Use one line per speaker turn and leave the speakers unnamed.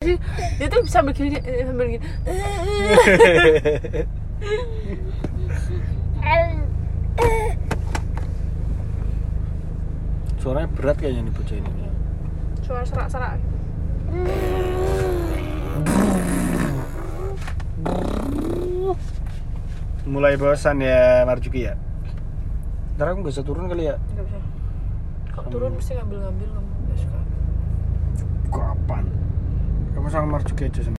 sih dia tuh sambil gini eh, sambil gini
Suaranya berat kayaknya nih bocah ini.
suara serak-serak
Mulai bosan ya Marjuki ya. Ntar aku nggak bisa turun kali ya.
nggak bisa kalau turun mesti ngambil-ngambil kamu nggak suka
Kapan? Kamu sama Marjuki aja